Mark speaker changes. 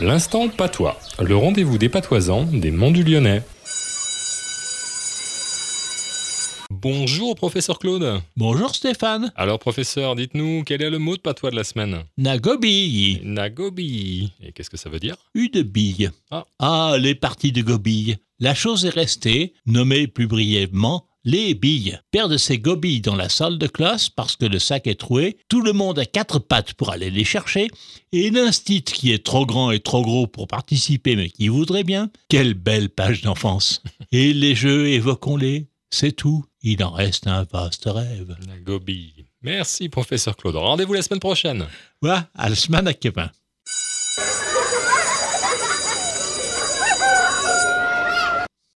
Speaker 1: L'instant patois, le rendez-vous des patoisans des Monts du Lyonnais. Bonjour professeur Claude.
Speaker 2: Bonjour Stéphane.
Speaker 1: Alors professeur, dites-nous quel est le mot de patois de la semaine
Speaker 2: Nagobille.
Speaker 1: Nagobi. Et qu'est-ce que ça veut dire
Speaker 2: Une bille.
Speaker 1: Ah.
Speaker 2: les parties de gobilles. La chose est restée, nommée plus brièvement les billes. Perdre ses gobilles dans la salle de classe parce que le sac est troué, tout le monde a quatre pattes pour aller les chercher, et l'instit qui est trop grand et trop gros pour participer mais qui voudrait bien. Quelle belle page d'enfance. et les jeux, évoquons-les. C'est tout. Il en reste un vaste rêve.
Speaker 1: Nagobi. Merci professeur Claude. Rendez-vous la semaine prochaine.
Speaker 2: Voilà, à la semaine à Kevin.